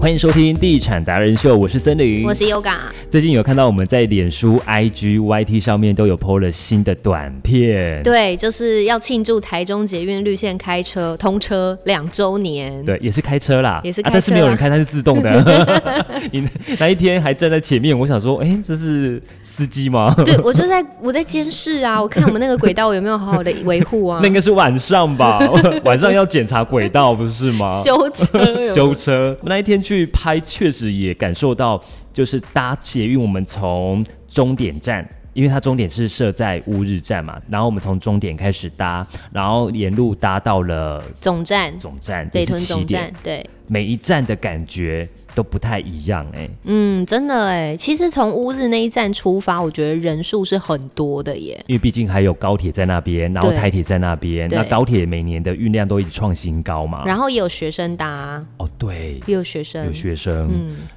欢迎收听《地产达人秀》，我是森林，我是 Yoga。最近有看到我们在脸书、IG、YT 上面都有 PO 了新的短片，对，就是要庆祝台中捷运绿线开车通车两周年。对，也是开车啦，也是啊开，但是车没有人啦开，它是自动的。 你那一天还站在前面，我想说，哎、这是司机吗？ 对，我就在我在监视啊，我看我们那个轨道有没有好好的维护 啊 那，应该是晚上吧， 晚上要检查轨道不是 吗？修车有 修车。那一天去拍，确实也感受到，就是搭捷运，我们从终点站。因为它终点是设在乌日站嘛，然后我们从终点开始搭，然后沿路搭到了总站总站，北也是屯起总点站，，对，每一站的感觉都不太一样哎、嗯，真的哎，其实从乌日那一站出发，我觉得人数是很多的耶。因为毕竟还有高铁在那边，然后对台铁在那边，对那高铁每年的运量都一直创新高嘛。然后也有学生搭啊，哦，对，也有学生啊嗯有，学生，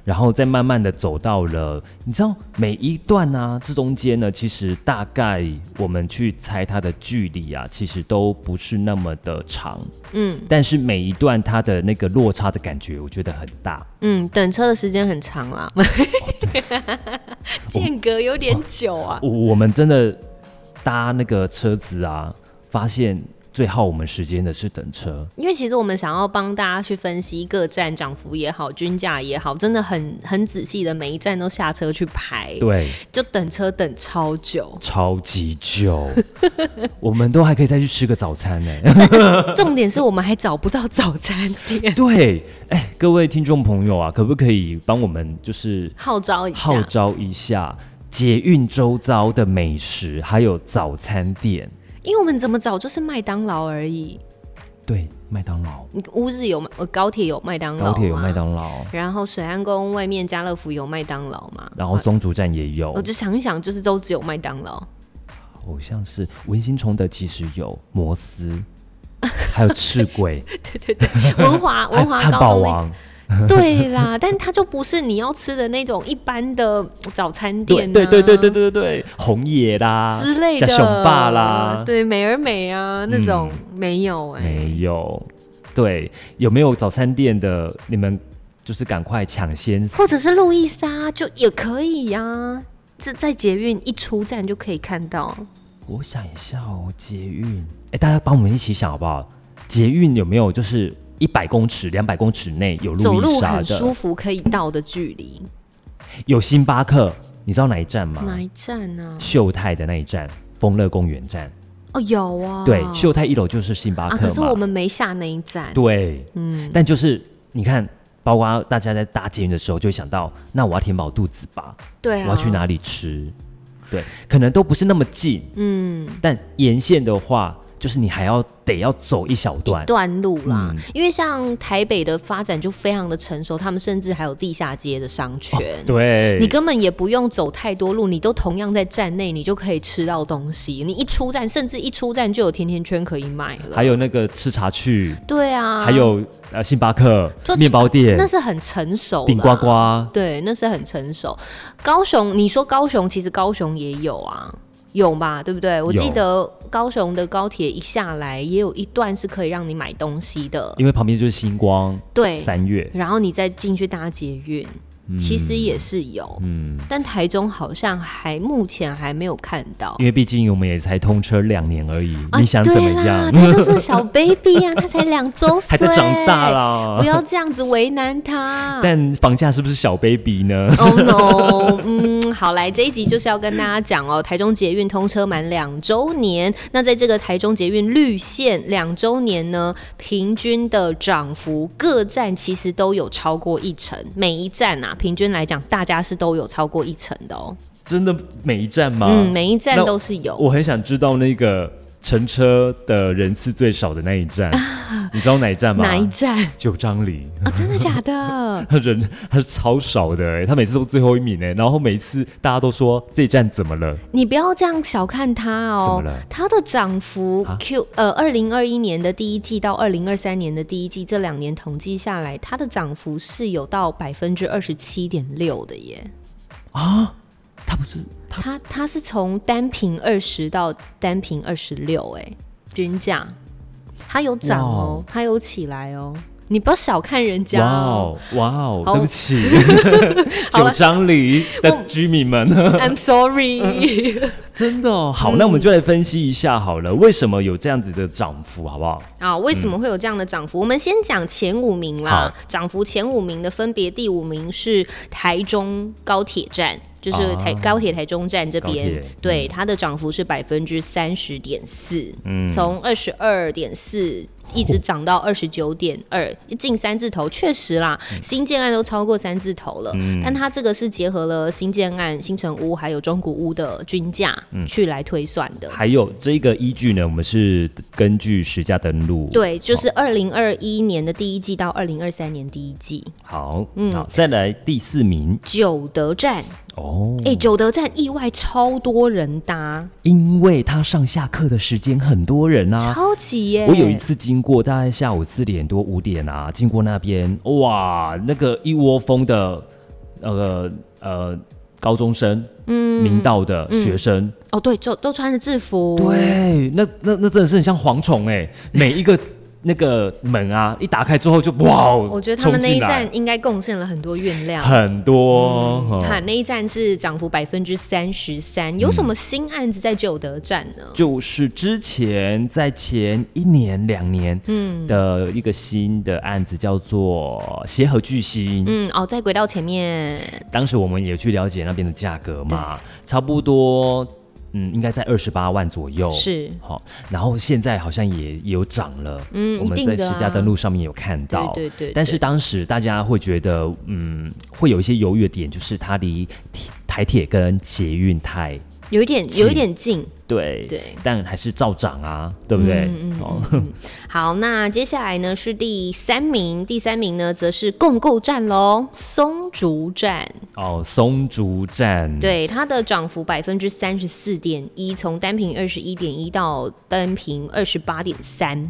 然后再慢慢的走到了，你知道每一段啊，这中间呢，其实大概我们去猜它的距离啊，其实都不是那么的长，嗯但是每一段它的那个落差的感觉，我觉得很大。嗯，等车的时间很长啦， 哦间隔有点久啊。我我们真的搭那个车子啊，发现最耗我们时间的是等车，因为其实我们想要帮大家去分析各站涨幅也好，均价也好，真的很很仔细的，每一站都下车去排，对，。就等车等超久 超级久，我们都还可以再去吃个早餐呢、重点是我们还找不到早餐店， 对，哎，各位听众朋友啊，可不可以帮我们就是号召一下。号召一下捷运周遭的美食，还有早餐店？因为我们怎么找就是麦当劳而已。对，麦当劳，你乌日有麦呃高铁有麦当劳，高铁有麦，当劳，然后水安宫外面家乐福有麦当劳嘛？然后松竹站也有我，就想一想，就是都只有麦当劳。 好像是文心崇德其实有摩斯，还有赤鬼， 文华还文华汉堡高中那王。 对啦，但它就不是你要吃的那种一般的早餐对店、啊，对对对对对对对，红野啦之类的，加熊霸啦，嗯对美而美啊那种、没有哎、没有。对，有没有早餐店的？你们就是赶快抢先或者是路易莎就也可以呀、这在捷运一出站就可以看到，我想一下哦，捷运，哎、大家帮我们一起想好不好？捷运有没有就是一百公尺、两百公尺内有走路易路莎很舒的？服可以到的距离。有星巴克，你知道哪一站吗？哪一站呢、秀泰的那一站，丰乐公园站。哦，有啊，对，秀泰一楼就是星巴啊，克可是嘛。我们没下那一站。对，嗯，但就是你看，包括大家在搭捷运的时候，就会想到，那我要填饱肚子吧，对啊，我要去？哪里吃？对，可能都不是那么近，嗯，但沿线的话，就是你还要得要走一小段一。段路啦，嗯因为像台北的发展就非常的成熟，他们甚至还有地下街的商圈。哦对，你根本也不用走太多路，你都同样在站内，你就可以吃到东西。你一出站，甚至一出站就有甜甜圈可以买了。还有那个吃茶去，对啊，还有呃星巴克做面包店那、是很成熟，顶呱。呱，对，那是很成熟。高雄，你说高雄，其实高雄也有啊，有吧？对不对？我记有得高雄的高铁一下来，也有一段是可以让你买东西的。因为旁边就是星光对，三月，然后你再进去搭捷运，其实也是有，嗯，但台中好像还目前还没有看到。因为毕竟我们也才通车两年而已，啊你想怎么样？对啦他就是小 baby 啊，他才两周 还岁，在长大不啦，要这样子为 难他。但房价是不是小 baby 呢？ Oh no！嗯，好，来这一集就是要跟大家讲哦，台中捷运通车满两周年。那在这个台中捷运绿线两周年呢，平均的涨幅各站其实都有超过一成，每一站啊，平均来讲，大家是都有超过一成的哦。真的每一站吗？嗯，每一站那都是有。我很想知道那个乘车的人次最少的那一站，你知道哪一站吗？啊哪一站九张里。啊、真的假的？他人他超少的、欸，他每次都最后一名哎、然后每次大家都说这一站怎么了？你不要这样小看它哦怎么了，它的涨幅啊 Q、呃，二零二一年的第一季到二零二三年的第一季这两年统计下来，它的涨幅是有到百分之二十七点六的耶。他不是他它它是从单瓶二十到单瓶二十六，哎，均价它有涨哦，它有起来哦。你不要小看人家哇哦。哦，哇哦，好对不起， 好了九张里的居民 们，I'm sorry，真的哦。嗯好，那我们就来分析一下好了，为什么有这样子的涨幅，好不好？啊，为什么会有这样的涨幅？我们先讲前五名啦嗯好，涨幅前五名的分别，第五名是台中高铁站。就是台、啊高铁台中站这高铁边嗯，对、它的涨幅是百分之三十点四，嗯从二十二点四一直涨到二十九点二，近三字头，确实啦，嗯新建案都超过三字头了。但它这个是结合了新建案、新城屋还有中古屋的均价、嗯去来推算的。还有这个依据呢，我们是根据实价登录。，对，就是二零二一年的第一季到二零二三年第一季，好，嗯好，再来第四名九德站，哦，哎、九德站意外超多人搭，因为他上下课的时间很多人啊，超级耶、我有一次经过，大概下午四点多五点啊，经过那边，哇，那个一窝蜂的，呃呃，高中生，嗯，明道的学生，哦，对，就都穿着制服，，对，那那那真的是很像蝗虫哎、每一个那个门啊，一打开之后就哇，我觉得他们那一冲哦站嗯应该贡献了很多怨进来 量。很多，哦看那一站是涨幅百分之三十三，有什么新案子在九德站呢？就是之前在前一年两年，嗯，的一个新的案子叫做协和巨星，嗯，哦，在轨道前面，当时我们也去了解那边的价格嘛，差不多，嗯，应该在二十八万左右。是好、然后现在好像也也有涨了。嗯我们一在定的啊实价登录上面有看到。对对对但是当时大家会觉得，嗯，会有一些犹豫的点，就是它离铁台铁跟捷运太。有一点有一点近。对对嗯但还是照涨啊，对不对？哦，好，那接下来呢是第三名，第三名呢则是共购站喽，松竹站。哦，松竹站，，对它的涨幅百分之三十四点一，从单瓶二十一点一到单瓶二十八点三，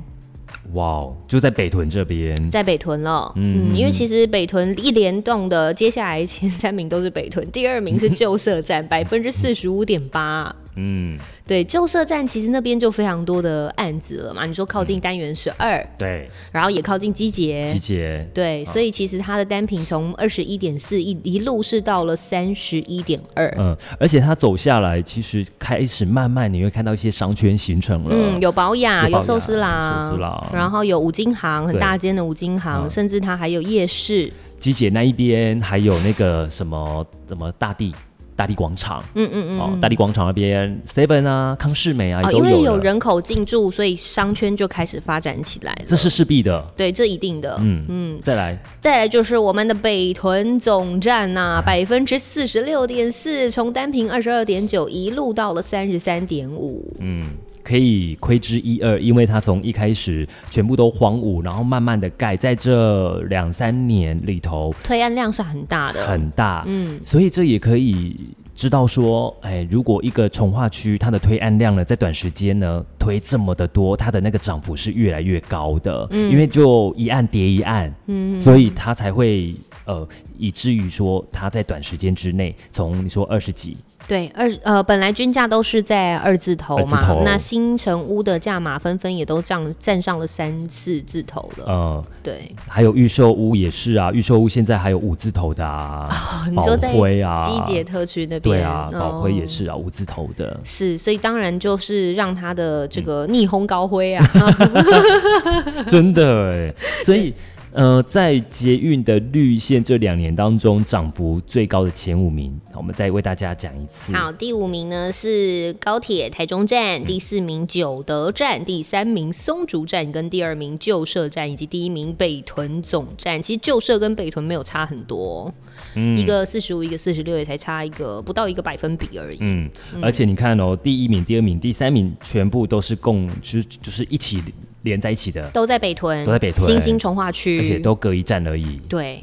哇哦，就在北屯这边，在北屯了。嗯因为其实北屯一联动的，接下来前三名都是北屯，第二名是旧社 站，百分之四十五点八。嗯，对，旧社站其实那边就非常多的案子了嘛。你说靠近单元十二、对，然后也靠近嗯基捷啊集，结，对，所以其实它的单品从二十一点四一一路是到了三十一点二，嗯，而且它走下来，其实开始慢慢你会看到一些商圈形成了。嗯，有宝雅，有宝雅寿司有郎，寿司郎然后有五金行，很对大间的五金行，嗯甚至它还有夜市，集结那一边还有那个什么什么大地大地广场，嗯嗯嗯。哦，大地广场那边 Seven 啊、康世美啊、哦，也都因为有有了，人口进驻，所以商圈就开始发展起来了。这是势必的。对，这一定的。嗯嗯，再来再来就是我们的北屯总站哎呐、百分之四十六点四，从单瓶二十二点九一路到了三十三点五。嗯可以窥之一二，因为它从一开始全部都荒芜，然后慢慢的盖，在这两三年里头推案量是很大的，很大，嗯，所以这也可以知道说，哎，如果一个从化区它的推案量呢，在短时间呢推这么的多，它的那个涨幅是越来越高的，嗯因为就一案叠一案，嗯，所以它才会呃，以至于说它在短时间之内，从你说二十几，对，二呃，本来均价都是在二字头二字嘛，头那新城屋的价码纷纷也都站站上了三四字头了。呃，对，还有预售屋也是啊，预售屋现在还有五字头的啊，哦你宝说在辉啊，基捷特区那边，对啊，宝辉也哦是啊，五字头的，是，所以当然就是让它的这个嗯逆风高 飞啊， 真的哎，所以呃，在捷运的绿线这两年当中，涨幅最高的前五名，好我们再为大家讲一次。好，第五名呢是高铁台中嗯站，第四名九德站，第三名松竹站，跟第二名旧社站，以及第一名北屯总站。其实旧社跟北屯没有差很多，哦嗯一个四十五，一个四十六，也才差一个不到一个百分比而已。嗯，而且你看哦，第一名、第二名、第三名全部都是共，就是就是一起连在一起的，都在北屯，都在北屯新兴从化区，而且都隔一站而已。对，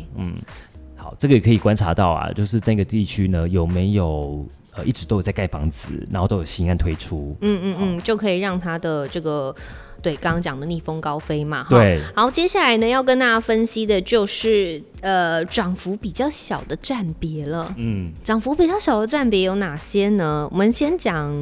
好，这个也可以观察到啊，就是这个地区呢有没有呃一直都有在盖房子，然后都有新案推出。嗯嗯嗯嗯，就可以让它的这个。对，刚刚讲的逆风高飞嘛，哈。对，好，接下来呢要跟大家分析的就是呃涨幅比较小的占别了。嗯，涨幅比较小的占别有哪些呢？我们先讲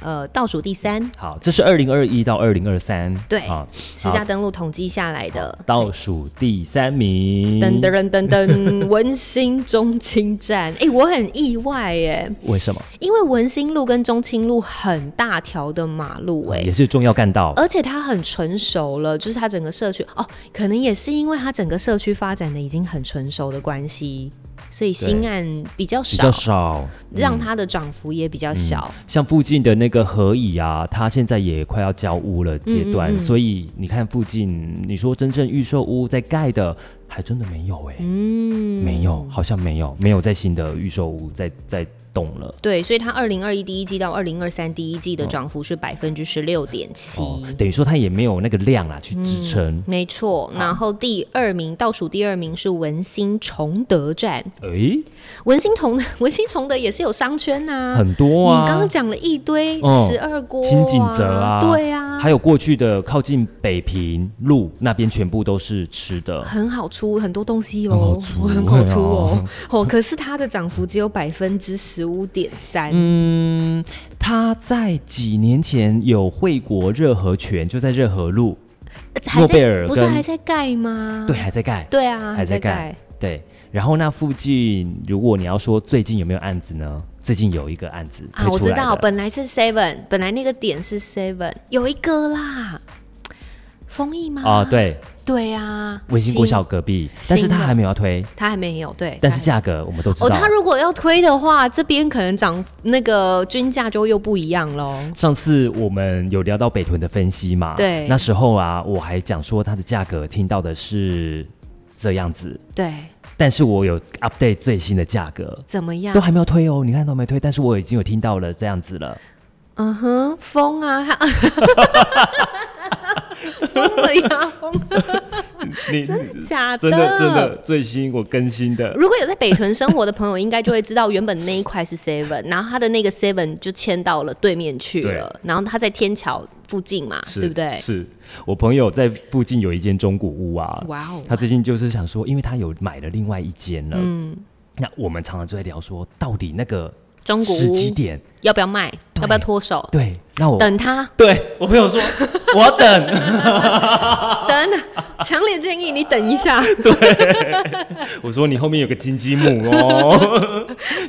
呃倒数第三，好，这是二零二一到二零二三，对啊，时下登录统计下来的。倒数第三名，噔噔噔噔噔， 文心中清站，哎、我很意外耶，为什么？因为文心路跟中清路很大条的马路哎、也是重要干道，而且它很成熟了，就是它整个社区哦，可能也是因为它整个社区发展的已经很成熟的关系，所以新案比较比少，较少。嗯让它的涨幅也比较小。像附近的那个河椅啊，它现在也快要交屋了阶嗯段，所以你看附近，你说真正预售屋在盖的，还真的没有哎、嗯，没有，好像没有，没有在新的预售屋在在动了。对，所以它二零二一第一季到二零二三第一季的涨幅是百分之十六点七。嗯哦，等于说它也没有那个量啊去支撑。没错，然后第二名倒数第二名是文心崇德站，诶，文心崇文心崇德 也是有商圈呐、很多啊，你刚刚讲了一堆哦十二锅、啊，清景泽啊，对啊，还有过去的靠近北平路那边全部都是吃的，很好出很多东西很好哦，出很好出哎哦。哦，可是它的涨幅只有百分之十五点三。嗯，他在几年前有惠国热河泉，就在热河路，呃还诺在贝尔不是跟还在盖吗？对，还在盖，对啊，还在在盖。对，然后那附近，如果你要说最近有没有案子呢？最近有一个案子推啊，我出知来的，道，本来是 Seven，本来那个点是 Seven，有一个啦，丰益吗？啊、，对，对啊，文心国小隔壁，但是新他的还没有要推，新它还没有对，但是它价格我们都知哦，道。它如果要推的话，这边可能涨那个均价就又不一样喽。上次我们有聊到北屯的分析嘛？对那时候啊，我还讲说它的价格听到的是这样子，对，但是我有 update 最新的价格，怎么样都？还没有推哦，你看都还没推，但是我已经有听到了这样子 了。嗯哼，疯啊，他疯了呀，疯了你假的，真的真的。最新我更新的，如果有在北屯生活的朋友，应该就会知道，原本那一块是 Seven，然后他的那个 Seven 就迁到了对面去了，然后他在天桥附近嘛，是 对不对？是我朋友在附近有一间中古屋啊，哇哦，他最近就是想说，因为他有买了另外一间了，嗯那我们常常就在聊说，到底那个中古时机屋点，要不要卖？对要不要脱手？对，那我等他，对我朋友说，我要等。等，强烈建议你等一啊下。我说你后面有个金鸡母 哦，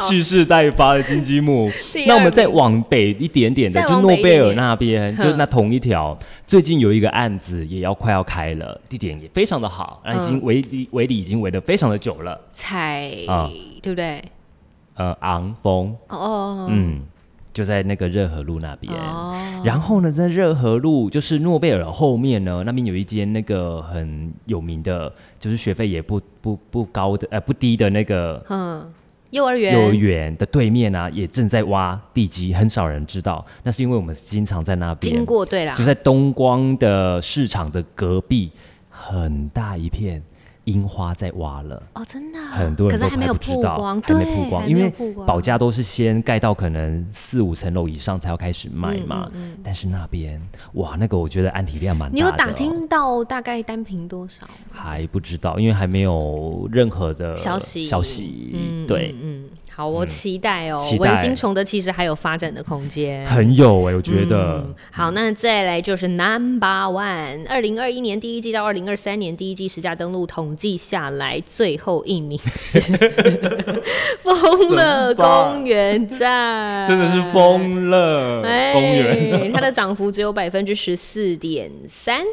蓄势待发的金鸡母第二。那我们再往北一点点的，再就往诺北贝尔一点点那边，哼就那同一条。最近有一个案子也要快要开了，地点也非常的好，那已经嗯围里围里已经围得非常的久了。踩啊，对不对？呃，昂峰，哦，嗯，就在那个热河路那边。哦，然后呢，在热河路，就是诺贝尔后面呢，那边有一间那个很有名的，就是学费也不不不高的，呃，不低的那个嗯，幼儿幼儿园，园的对面啊，也正在挖地基，很少人知道。那是因为我们经常在那边经，过啊对啦就，在东光的市场的隔壁，很大一片樱花在挖了。哦，真的啊，很多人可都是还没还有不知曝道，光，还对，没曝光，还因没有为曝光保价都是先盖到可能四五层楼以上才要开始卖嘛。但是那边哇，那个我觉得安体量蛮大嗯你的哦、有打听到大概单瓶多少？还不知道，因为还没有任何的消息消息，嗯，对。嗯，嗯好，我期待哦期。待文心崇德其实还有发展的空间。很有哎、我觉嗯得、好，那再来就是 Number One，二零二一年第一季到二零二三年第一季实价登录统计下来，最后一名是丰乐公园站，真的是疯了，哎公园。 它的涨幅只有百分之十四点三，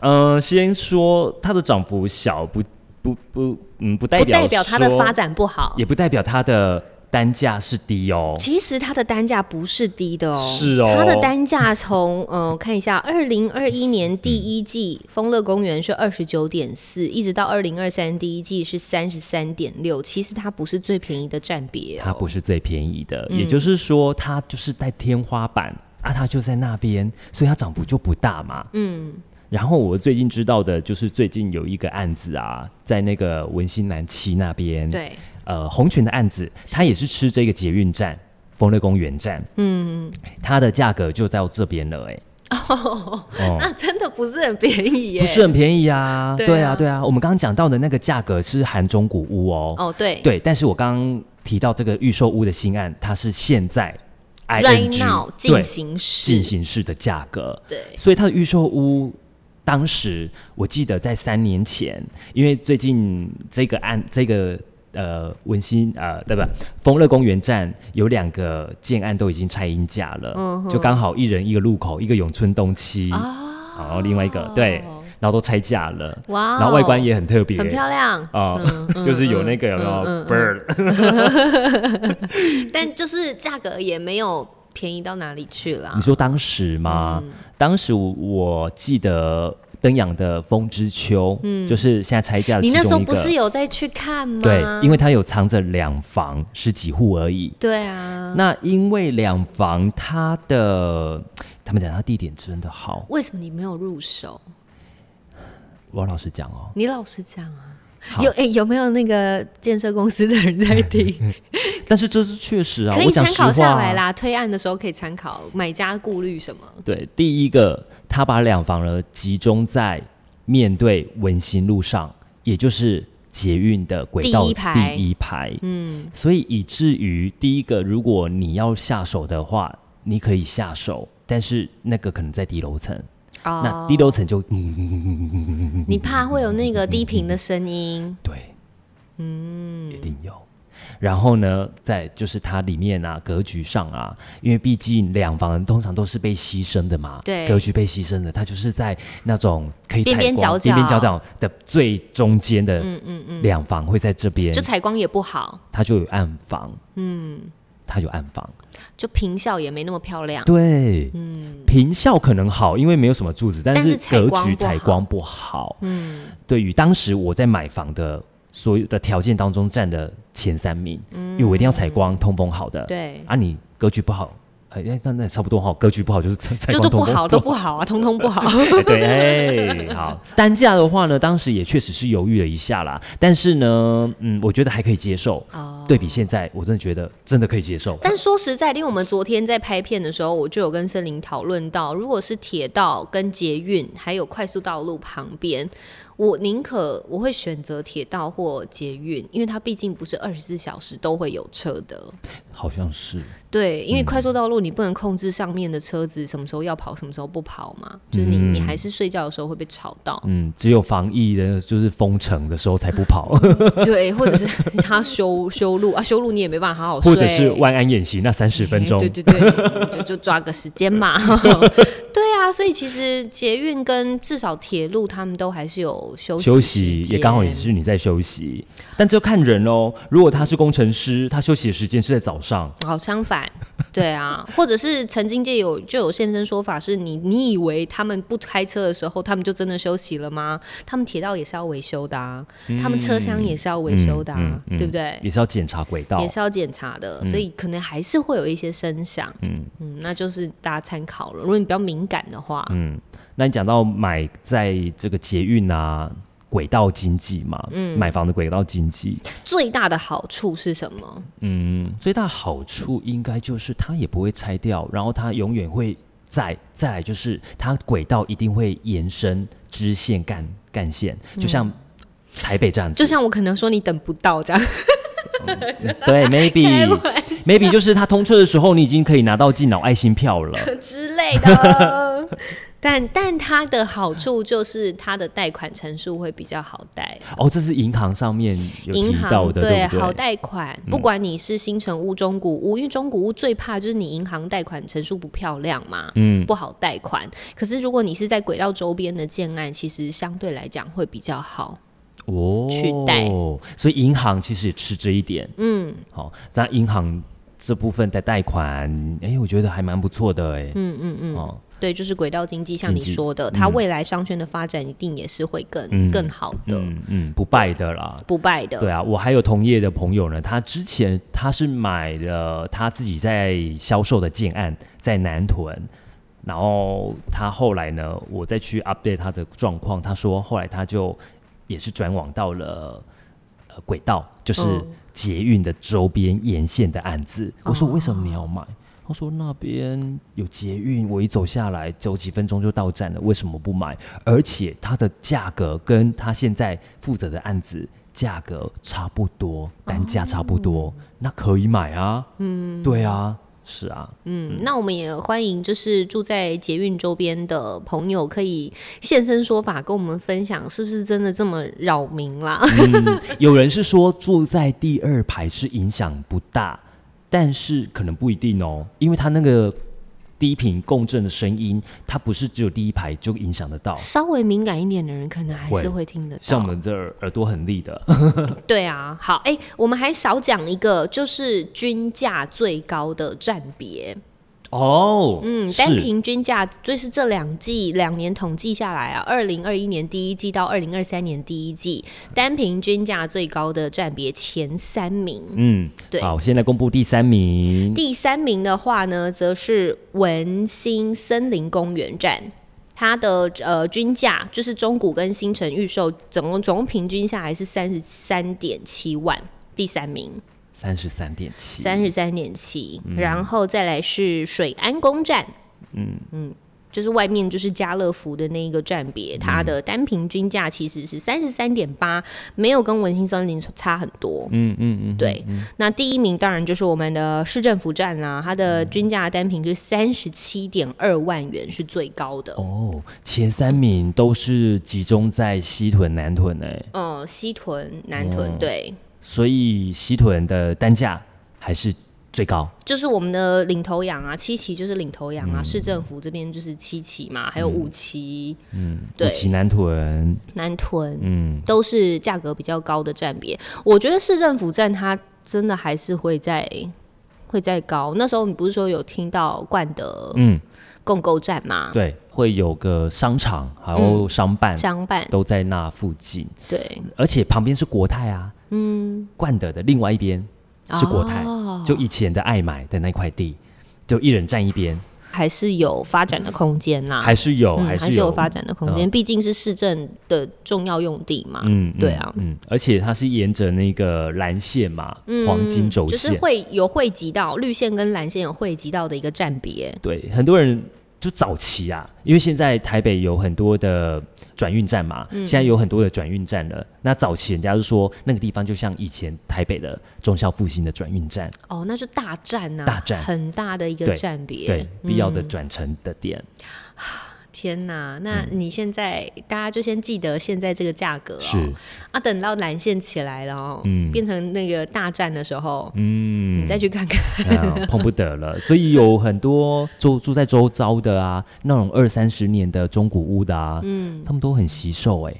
呃，先说它的涨幅小，不不不，嗯，不代不表代表它的说发，展不好。也不代表它的单价是低哦。其实它的单价不是低的哦，是哦它的单价从呃，我看一下，二零二一年第一嗯季丰乐公园是二十九点四，一直到二零二三第一季是三十三点六。其实它不是最便宜的占别、哦，它不是最便宜的，嗯也就是说，它就是在天花板啊，它就在那边，所以它涨幅就不大嘛。嗯。然后我最近知道的就是，最近有一个案子啊，在那个文心南七那边，，对， 呃，红泉的案子，它也是吃这个捷运站丰乐公园站，嗯，它的价格就在这边了、哎，哦，哦那真的不是很便宜耶。不是很便宜啊。对啊对啊，对啊，我们刚刚讲到的那个价格是含中古屋哦。哦，对，对，但是我刚刚提到这个预售屋的新案，它是现在，right ing now 对进行式，进行式的价格，对，所以它的预售屋。当时我记得在三年前，因为最近这个案，这个呃文心呃，对吧？丰乐公园站有两个建案都已经拆阴价了，嗯哼就刚好一人一个路口，一个永春东七，哦，然后另外一个对，然后都拆价了，哇哦然后外观也很特别，很漂亮，嗯啊，就是有那个有没有 bird，但就是价格也没有便宜到哪里去啦你。说当时吗？嗯当时我我记得登阳的风之丘，嗯，就是现在拆价的你其那时候中一不是个，有再去看吗？对，因为它有藏着两房十几户而已。对啊，那因为两房它的，他们讲它地点真的好，为什么你没有入手？我老实讲哦，你老实讲啊。好有诶、有没有那个建设公司的人在 听？但是这是确实啊，可嗯我以讲参实考话下啊来啦，推案的时候可以参考买家顾虑什么。对，第一个，他把两房呢集中在面对文心路上，也就是捷运的轨道第一排第一排嗯，所以以至于第一个，如果你要下手的话，你可以下手，但是那个可能在低楼层，嗯那哦低楼层就嗯，你怕会有那个低频的声音，对，嗯，一定有。然后呢，在就是它里面啊，格局上啊，因为毕竟两房通常都是被牺牲的嘛，对格局被牺牲的，它就是在那种可以边采边光角边边角角角的最中间的，两房会在这边，就采光也不好，它就有暗房，嗯，它有暗房，就平效也没那么漂亮。对，平效可能好，因为没有什么柱子，但嗯但是是采格光局不采好光不好。嗯，对于当时我在买房的所有的条件当中占的前三名，因为我一定要采光、通风好的。嗯对啊，你格局不好，哎，哎那那也差不多哈，格局不好就是采采就光都通不风好，都不好啊，通通不好。哎对，哎，好，单价的话呢，当时也确实是犹豫了一下啦，但是呢，嗯，我觉得还可以接受。哦对比现在，我真的觉得真的可以接受。但说实在的，因为我们昨天在拍片的时候，我就有跟森林讨论到，如果是铁道、跟捷运还有快速道路旁边，我宁可我会选择铁道或捷运，因为它毕竟不是二十四小时都会有车的。好像是，对，因为快速道路你不能控制上面的车子什么时候要跑，什么时候不跑嘛，就是你、你还是睡觉的时候会被吵到， 嗯，只有防疫的，就是封城的时候才不跑， 对，或者是 他修修路啊，修路你也没办法好好睡，或者是万安演习那三十分钟。哎对对对，就 就抓个时间嘛。 对啊，所以其实捷运跟至少铁路他们都还是有休息休息时间也刚好也是你在休息，但这看人哦。如果他是工程师，他休息的时间是在早上，好相反，对啊， 或者是曾经就有就有现身说法是你你以为他们不开车的时候，他们就真的休息了吗？他们铁道也是要维修的啊，他们车厢也是要维修的啊，嗯嗯嗯对不对？也是要嗯检查轨道也。是要检查的，所以可能还是会有一些声响，嗯嗯，那就是大家参考了。如果你比较敏感的话，嗯，那你讲到买在这个捷运啊。轨道经济嘛，嗯买房的轨道经济，最大的好处是什么？嗯，最大好处应该就是它也不会拆掉，然后它永远会在。再来就是它轨道一定会延伸支线干干线，就像台北这样子，嗯就 像我可能说你等不到这样， 对开，maybe 玩 maybe 就是它通车的时候，你已经可以拿到敬老爱心票了。 之类的。但但它的好处就是它的贷款成数会比较好贷，哦，这是银行上面有提银行到的，对嗯不好对？贷款，不管你是新城屋、中古屋，因为中古屋最怕就是你银行贷款成数不漂亮嘛，嗯，不好贷款。可是如果你是在轨道周边的建案，其实相对来讲会比较好。哦，取代所以银行其实也吃这一点。嗯，好、那银行这部分的贷款，哎，我觉得还蛮不错的，哎，嗯嗯嗯，哦，对，就是轨道经济，像你经济说的，它未来商圈的发展一定也是会更、嗯更好的。嗯嗯，不败的啦。不败的，嗯对啊，我还有同业的朋友呢，他之前他是买了他自己在销售的建案在南屯，然后他后来呢，我再去 update 他的状况，他说后来他就也是转往到了呃轨道，就是嗯捷运的周边沿线的案子。我说为什么你要买？他说那边有捷运，我一走下来走几分钟就到站了，为什么不买？而且它的价格跟他现在负责的案子价格差不多，单价差不多，那可以买啊。嗯，对啊，是啊，嗯，那我们也欢迎就是住在捷运周边的朋友，可以现身说法，跟我们分享是不是真的这么扰民啦？ 嗯，有人是说住在第二排是影响不大，但是可能不一定哦，因为他那个低频共振的声音，它不是只有第一排就影响得到。稍微敏感一点的人，可能还是会会听得到。像我们这耳耳朵很利的，对啊，好，哎、我们还少讲一个，就是均价最高的占别。哦，嗯，单是平均价就是这两季两年统计下来啊，二零二一年第一季到二零二三年第一季，单平均价最高的占别前三名。嗯，对好，现在公布第三名，第三名的话呢，则是文心森林公园站。它的呃均价就是中古跟新城预售，总共总共平均下来是三十三点七万，第三名。三十三点七，三十三点七，嗯然后再来是水安宫站，嗯嗯，就是外面就是家乐福的那一个站别，它的单平均价其实是三十三点八，没有跟文心森林差很多，嗯嗯嗯，对。那第一名当然就是我们的市政府站啦、它的均价单平就是三十七点二万元是最高的。哦，前三名都是集中在西屯、南屯诶、嗯，西屯、南屯，哦对，所以西屯的单价还是最高。就是我们的领头羊啊，七期就是领头嗯羊啊，市政府这边就是七期嘛，还有五期，嗯，对五，旗南屯，南屯，嗯，都是价格比较高的站别。我觉得市政府站它真的还是会在会在高。那时候你不是说有听到冠德嗯，共购站吗？对，会有个商场，还嗯有商办、相伴都在那附近，对，而且旁边是国泰啊，嗯，冠德的另外一边是国泰，哦就以前的爱买的那块地，就一人占一边，还是有发展的空间啦。还是有，嗯还是还是有有发展的空间，毕竟是市政的重要用地嘛。嗯，嗯对啊，嗯，而且它是沿着那个蓝线嘛，黄金轴嗯就是线，会有汇集到绿线跟蓝线有汇集到的一个站别。对，很多人就早期啊，因为现在台北有很多的转运站嘛，现在有很多的转运站了。那早期人家就说那个地方就像以前台北的忠孝复兴的转运站，哦，那就大站呐、大站很大的一个对站别。嗯对，必要的转乘的点。天呐，那嗯你现在、大家就先记得现在这个价格哦，是啊，等到蓝线起来了哦，嗯变成那个大战的时候，嗯，你再去看看。啊 碰不得了，所以有很多住住在周遭的啊，那种二三十年的中古屋的啊，嗯，他们都很惜售哎、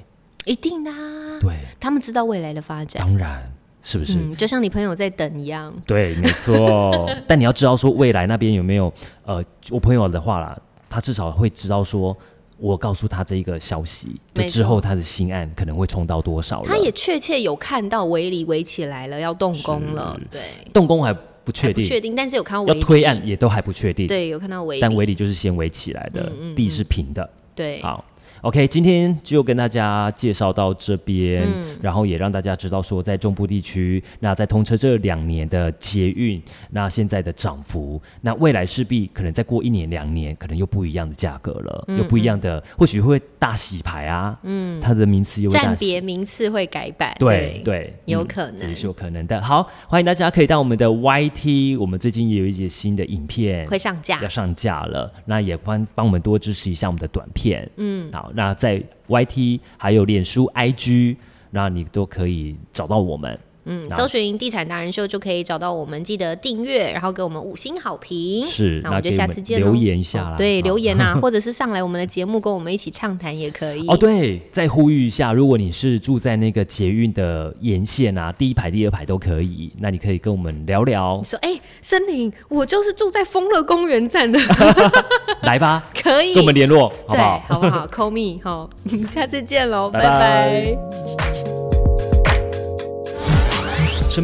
一定的、啊，对，他们知道未来的发展，当然是不是？嗯，就像你朋友在等一样，对，没 错。但你要知道说未来那边有没有呃，我朋友的话啦，他至少会知道说，我告诉他这一个消息，就没之错后他的新案可能会冲到多少了。他也确切有看到围篱围起来了，要动工了，对，动工还不还确不定，确定，但是有看到围要篱，推案也都还不确定。对，嗯有看到围但围篱，里就是先围起来的，地是平的。对，好，OK，今天就跟大家介绍到这边，嗯然后也让大家知道说，在中部地区，那在通车这两年的捷运，那现在的涨幅，那未来势必可能再过一年两年，可能又不一样的价格了，嗯又不一样的，或许会大洗牌啊，嗯，它的名词又会站大别洗。名次会改版，对对，有嗯可能这也是有可能的。好，欢迎大家可以到我们的 YT，我们最近也有一些新的影片，会上架要，上架了，那也帮帮我们多支持一下我们的短片。嗯，好，那在 YT 还有脸书、IG，那你都可以找到我们。嗯，那搜寻“地产达人秀”就可以找到我们，记得订阅，然后给我们五星好评。是，嗯那我们就给下次见咯留言一下啦。对，好留 言啊，或者是上来我们的节目跟我们一起畅谈也可以。哦，对，再呼吁一下，如果你是住在那个捷运的沿线啊，第一排、第二排都可以，那你可以跟我们聊聊 你，说哎、森林，我就是住在丰乐公园 站的，来吧，可以跟我们联络，好不对，好？好不好 ？Call me 哈，下次见喽，拜拜拜拜什